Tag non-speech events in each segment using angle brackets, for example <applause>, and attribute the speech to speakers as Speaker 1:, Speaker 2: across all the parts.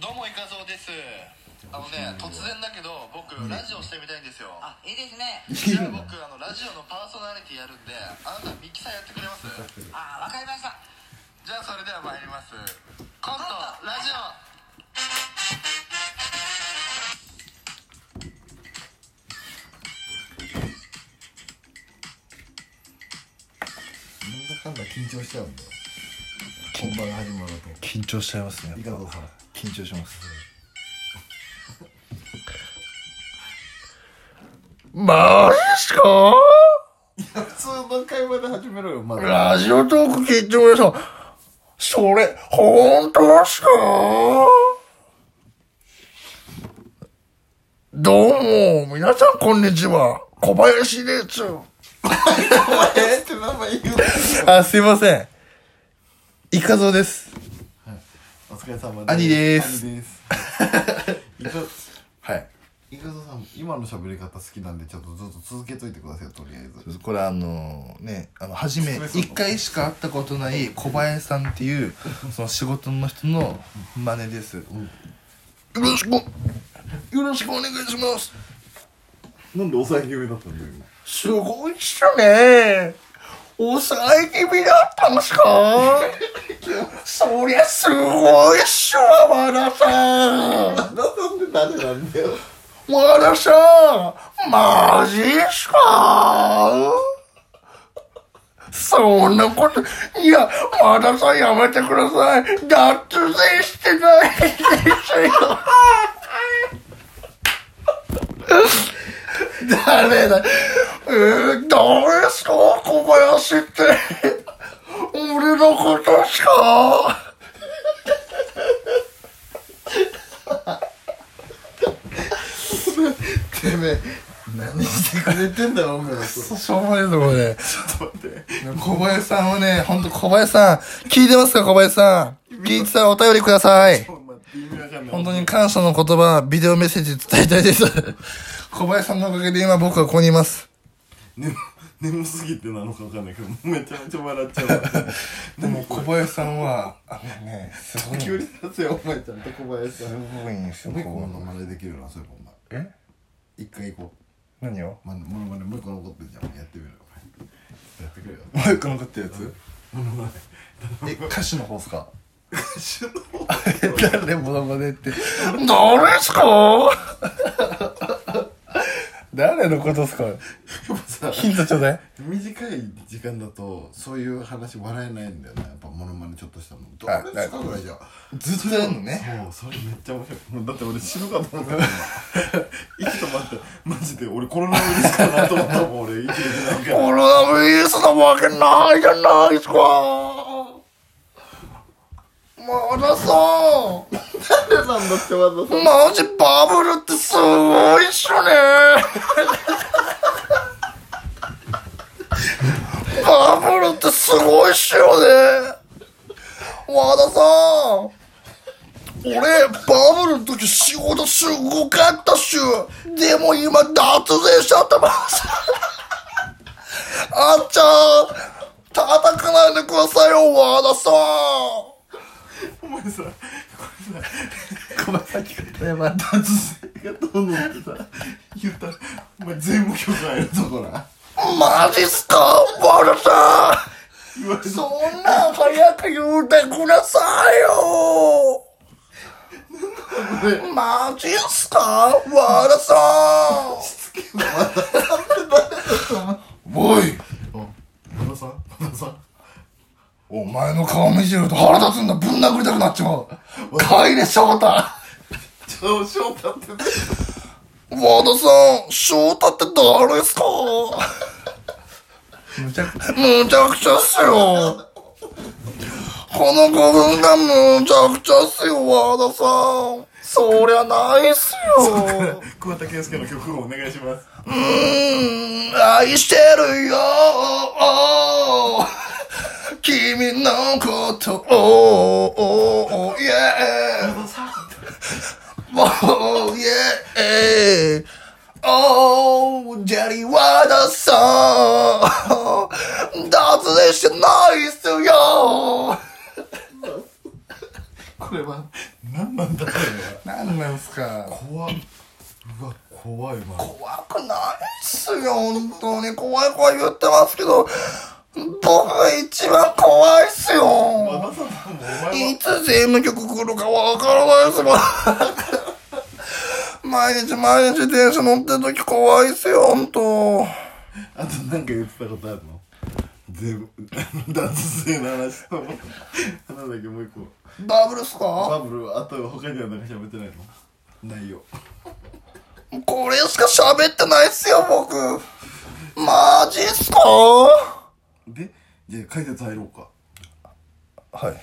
Speaker 1: どうもいかそうですあのね突然だけど僕ラジオしてみたいんですよ
Speaker 2: あいいですね
Speaker 1: <laughs> じゃあ僕あのラジオのパーソナリティやるんであなたミキサーやってくれますじ
Speaker 2: あわかりました
Speaker 1: ゃあそれでは参りますコントラジオ
Speaker 3: なんだかんだ緊張しちゃうんだよ本番が始まる
Speaker 4: 緊張しちゃいますね
Speaker 3: とい
Speaker 4: や
Speaker 3: か
Speaker 4: っ
Speaker 3: どうさん
Speaker 4: ぱ緊張しますマジっすか
Speaker 3: 普通の会話で始めろよまだ
Speaker 4: ラジオトーク聞いてくださいそれ本当っすかどうも皆さんこんにちは小林です
Speaker 3: えって名前言うの
Speaker 4: あすいませんいかぞです
Speaker 3: お疲れ様
Speaker 4: 兄です
Speaker 3: 兄ですいか
Speaker 4: はい
Speaker 3: いかぞさん今の喋り方好きなんでちょっとずっと続けといてくださいよとりあえず
Speaker 4: これあのねあの初め1回しか会ったことない小林さんっていうその仕事の人の真似です、よろしくよろしくお願いします
Speaker 3: なんで抑え気味だったんだよ
Speaker 4: すごいっすね抑え気味だったんすかそりゃすごいっすわ和田さん
Speaker 3: なんで誰なんだよ
Speaker 4: 和田さんマジっすかそんなこといや和田さんやめてください脱税してない <laughs> ですよ誰だえー、誰ですか小林って俺のことしか
Speaker 3: てめえ何してくれてんだろお前らと
Speaker 4: しょうもないぞこれ
Speaker 3: ちょっと待って
Speaker 4: 小林さんはね、ほんと小林さん、聞いてますか小林さん。聞いてたらお便りください。
Speaker 3: 意味わかんない
Speaker 4: 本当に感謝の言葉、ビデオメッセージ伝えたいです。 <laughs> 小林さんのおかげで今僕はここにいます。
Speaker 3: 眠眠すぎてなのかわかんないけどめちゃめちゃ笑っちゃう
Speaker 4: でも小林さんは、あのね、すごい、す
Speaker 3: 距離立つよお前ちゃんと小林さん
Speaker 4: ごいんですよ、
Speaker 3: もう一個
Speaker 4: こ
Speaker 3: の真似できるなそういえばお前
Speaker 4: うえ
Speaker 3: 一回行こ
Speaker 4: 何を
Speaker 3: うまモノマネもう一個残ってるじゃんやってみろよお前やってくれよ
Speaker 4: もう一個残ったやつえ、歌手の方っすか誰モノマネって。誰っすか誰のことっすか
Speaker 3: でもさ
Speaker 4: ヒントちょうだい。
Speaker 3: 短い時間だとそういう話笑えないんだよねやっぱモノマネちょっとしたのど
Speaker 4: あ
Speaker 3: れですかぐらいじゃん
Speaker 4: ずっとやるのね。
Speaker 3: そうそれめっちゃ面白いもうだって俺死ぬかと思ったもん息止まってマジで俺コロナウイルスかなと思ったもん俺息できないから
Speaker 4: コロナウイルスなわけないじゃないですか。まださ、
Speaker 3: 誰なんだってわざ
Speaker 4: マジバブルってすごいっしょね。バブルってすごいっしょね。和田さん。俺、バブルの時仕事すごかったっしゅ。でも今、脱税しちゃってます。あっちゃん、叩かないでくださいよ、和田さん。
Speaker 3: お前さ
Speaker 4: ごめん、さっきから謝った。
Speaker 3: 脱税がどうのってさ言ったお前全部許可やるとこな
Speaker 4: マジっすか、和田さん。
Speaker 3: 言われ
Speaker 4: そんなん早く言うてくださいよマジっすか和田さんおい
Speaker 3: 和田さん和田さん
Speaker 4: お前の顔見せると腹立つんだぶん殴りたくなっちまう帰れ翔太
Speaker 3: どうしようだって
Speaker 4: 和田さん翔太って誰っすかむちゃくちゃむちゃくちゃっすよこの子分がむちゃくちゃっすよ和田さんそりゃないっすよ
Speaker 3: 桑田佳祐の曲をお願いします
Speaker 4: うーん、愛してるよ君のことを、イェーおーイェーおー、ジェリーワダさん、脱税してないっすよ
Speaker 3: これは何なんだこれ
Speaker 4: なんなんすか
Speaker 3: 怖っうわ怖いわ
Speaker 4: 怖くないっすよ本当に怖い怖い言ってますけど僕が一番怖いっす
Speaker 3: あ
Speaker 4: よ
Speaker 3: なたもお前はい
Speaker 4: つ税務局来るかわからないっすもん毎日毎日電車乗ってる時怖いっすよ本当
Speaker 3: あとなんか言ってたことあるの全部脱税の話となんだっけもう一個
Speaker 4: ダブルっすか
Speaker 3: バブルあと他には何か喋ってないの内容
Speaker 4: これしか喋ってないっすよ僕マジっすか
Speaker 3: でじゃあ解説入ろうか
Speaker 4: はい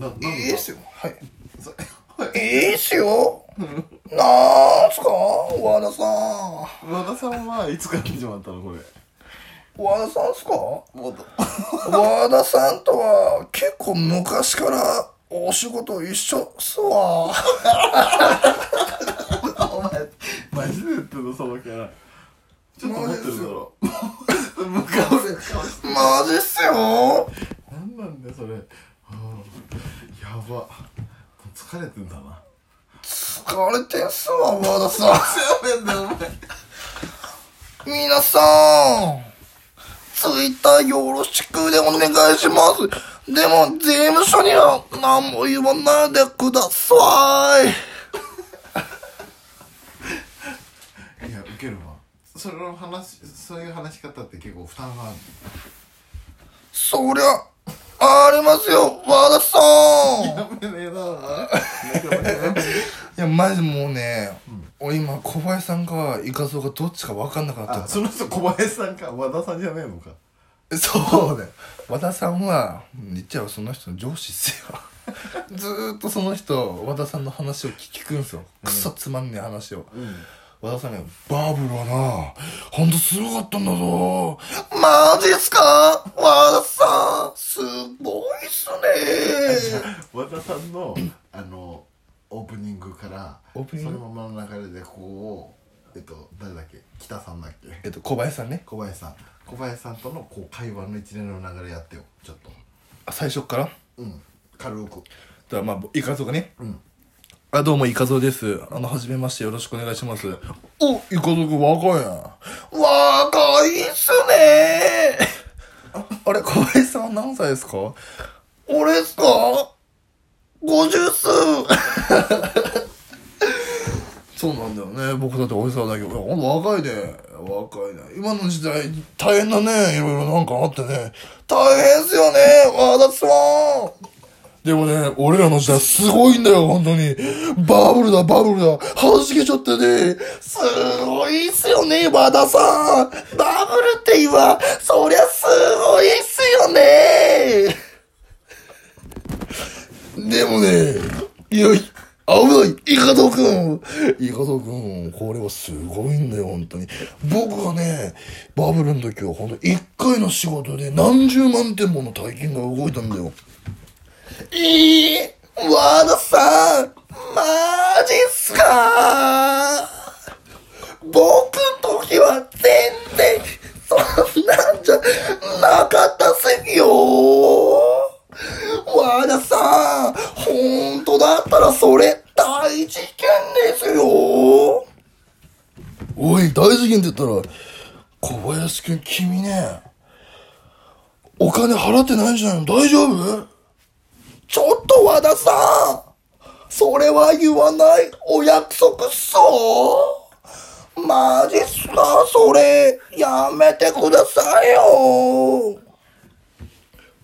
Speaker 3: ななん
Speaker 4: いいっす
Speaker 3: よ
Speaker 4: よはいいいっすよ。なんすか和田さん。
Speaker 3: 和田さんはいつから始まったのこれ
Speaker 4: 和田さんっすか
Speaker 3: もっと
Speaker 4: 和田さんとは結構昔からお仕事一緒っすわ。
Speaker 3: お前マジで言ってんのそのキャラちょっと持ってるだろ向かう
Speaker 4: マジっすよ。
Speaker 3: 何なんだよそれあーやばもう疲れてんだな
Speaker 4: 疲れてんすわ、和田さん。
Speaker 3: 疲れんだよお前
Speaker 4: 皆さん、ツイッターよろしくでお願いします。でも、税務署には何も言わないでください。
Speaker 3: いやウケるわそれの話そういう話し方って結構負担がある
Speaker 4: そりゃ、ありますよ、和田さん。
Speaker 3: やめねえな <laughs> お
Speaker 4: いやマジもうね、俺今小林さんかイカゾがどっちか分かんなくなっちゃ
Speaker 3: あ
Speaker 4: っ
Speaker 3: その人小林さんか和田さんじゃねえのか
Speaker 4: たそうだよ和田さんは言っちゃえばその人の上司っす <laughs> よずーっとその人和田さんの話を聞くんすよクソつまんねえ話を、和田さんが「バブルはなほんとすごかったんだぞマジっすか和田さんすごいっすね
Speaker 3: <laughs> 和田さんのあのオープニングから
Speaker 4: オープニング
Speaker 3: そのままの流れでここをえっと誰だっけ北さんだっけ
Speaker 4: えっと小林さんね
Speaker 3: 小林さん小林さんとのこう会話の一連の流れやってよちょっと
Speaker 4: あ最初っから
Speaker 3: うん軽く
Speaker 4: だからまあイカゾがね、
Speaker 3: ん
Speaker 4: あどうもイカゾですあの初めましてよろしくお願いしますおイカゾくん若いな若いっすねああれ河合さんは何歳ですか俺っすか50数そうなんだよね僕だっておじさんだけどいや若いね若いね今の時代大変だねいろいろなんかあってね大変っすよね和田さんでもね、俺らの時代すごいんだよ、本当に。バブルだ、バブルだ。弾けちゃってね。すごいっすよね、和田さん。バブルって今、そりゃすごいっすよね。でもね、いや、危ない、イカドくん。イカドくん、これはすごいんだよ、本当に。僕がね、バブルの時は本当一回の仕事で何十万点もの大金が動いたんだよ。いい和田さんマジっすか僕の時は全然そんなんじゃなかったっすよ和田さん本当だったらそれ大事件ですよおい大事件って言ったら小林君君ねお金払ってないんじゃないの大丈夫ちょっと和田さんそれは言わないお約束っそうマジっすかそれやめてくださいよ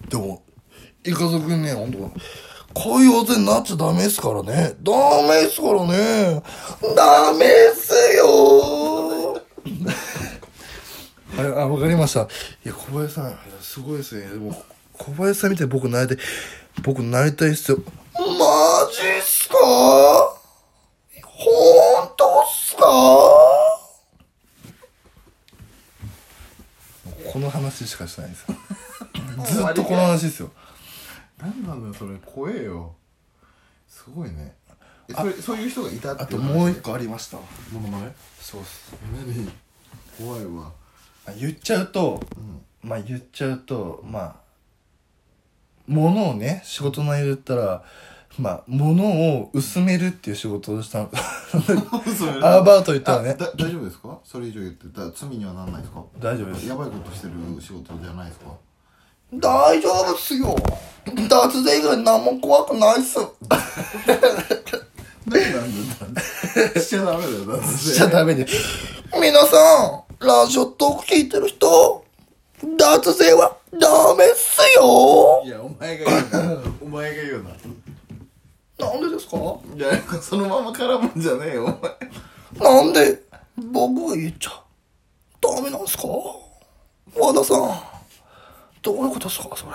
Speaker 4: でもイカズくんねほんとこういうお手になっちゃダメっすからねダメっすからねダメっすよああ、わかりました。いや、小林さん、いやすごいですね。でも、小林さん見て僕なりたい、僕なりたいっすよ。マジっすか本当っすかこの話しかしてないですよ。ずっとこの話ですよ。
Speaker 3: 何なんだよそれ怖えよすごいねえそれそういう人がいたって
Speaker 4: あ
Speaker 3: い
Speaker 4: と
Speaker 3: う
Speaker 4: もう一個ありました。
Speaker 3: ものまね
Speaker 4: そうっす。
Speaker 3: 何怖いわ
Speaker 4: あ言っちゃうと、まあ言っちゃうとまあものをね仕事内容で言ったらまあ、物を薄めるっていう仕事をしたん
Speaker 3: 嘘よ
Speaker 4: アーバート言ったら
Speaker 3: あ
Speaker 4: ね。
Speaker 3: だ大丈夫ですかそれ以上言ってたら罪にはなんないですか
Speaker 4: 大丈夫です
Speaker 3: やばいことしてる仕事じゃないです <laughs> か
Speaker 4: 大丈夫っすよ。脱税以外何も怖くないっす。
Speaker 3: なんでなんでしちゃダメだよだって
Speaker 4: しちゃダメで。皆さん、ラジオトーク聞いてる人、脱税はダメっすよ
Speaker 3: い。やお前が言うなお前が言うな
Speaker 4: なんでですか
Speaker 3: いやなんかそのまま絡むんじゃねえよお前
Speaker 4: なんで僕が言っちゃダメなんすか和田さん、どういうことっすかそ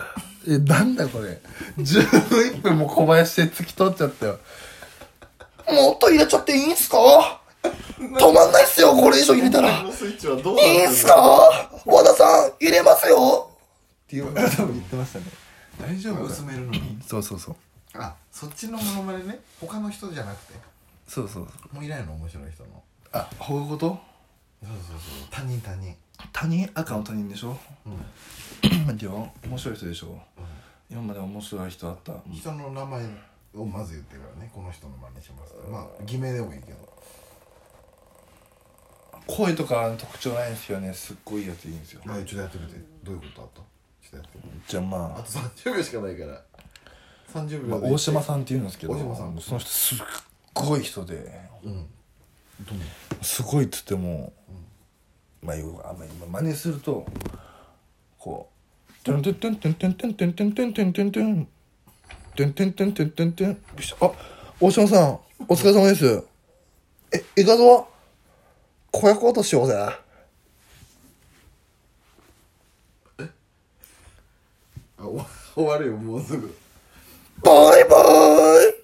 Speaker 4: れ。え、なんだこれ。11分も小林で突き取っちゃったよ。もっと入れちゃっていいんすか止まんないっすよ、これ以上入れたら。
Speaker 3: このスイッチはどう
Speaker 4: い
Speaker 3: なって
Speaker 4: いん
Speaker 3: ん
Speaker 4: す
Speaker 3: だ
Speaker 4: か和田さん、入れますよっていう、多分言ってましたね。
Speaker 3: 大丈夫薄めるのに
Speaker 4: そうそうそう。
Speaker 3: あそっちのモノマネね他の人じゃなくて
Speaker 4: そうそうそう。
Speaker 3: もういないの面白い人の
Speaker 4: あ、こういうこと
Speaker 3: そうそうそう他人他人
Speaker 4: 他人赤の他人でしょ
Speaker 3: う
Speaker 4: 待てよ、面白い人でしょ今まで面白い人あった。
Speaker 3: ん人の名前をまず言ってからねこの人の真似しますまあ偽名でもいいけど
Speaker 4: 声とか特徴ないんですよね。すっごいやついいんですよ。
Speaker 3: あちょっとやってみてどういうことあったちょっとやってみて
Speaker 4: じゃあ
Speaker 3: あ
Speaker 4: ま
Speaker 3: と30秒しかないから30
Speaker 4: あ、ま
Speaker 3: 秒
Speaker 4: あ、
Speaker 3: で
Speaker 4: 大島さんって言うんですけど、
Speaker 3: 大島さん
Speaker 4: その人すっごい人で、
Speaker 3: うんどんな
Speaker 4: すごいっつっても、まあ、よくあんまり真似すると、こう、てんてんてんてんてんてんてんてんてんてんてんてん、てんてんてんてんてんてん、びっしょあ、大島さん、お疲れ様です。え、いかぞ子役落としようぜ。
Speaker 3: あお終わるよもうすぐ
Speaker 4: バイバイ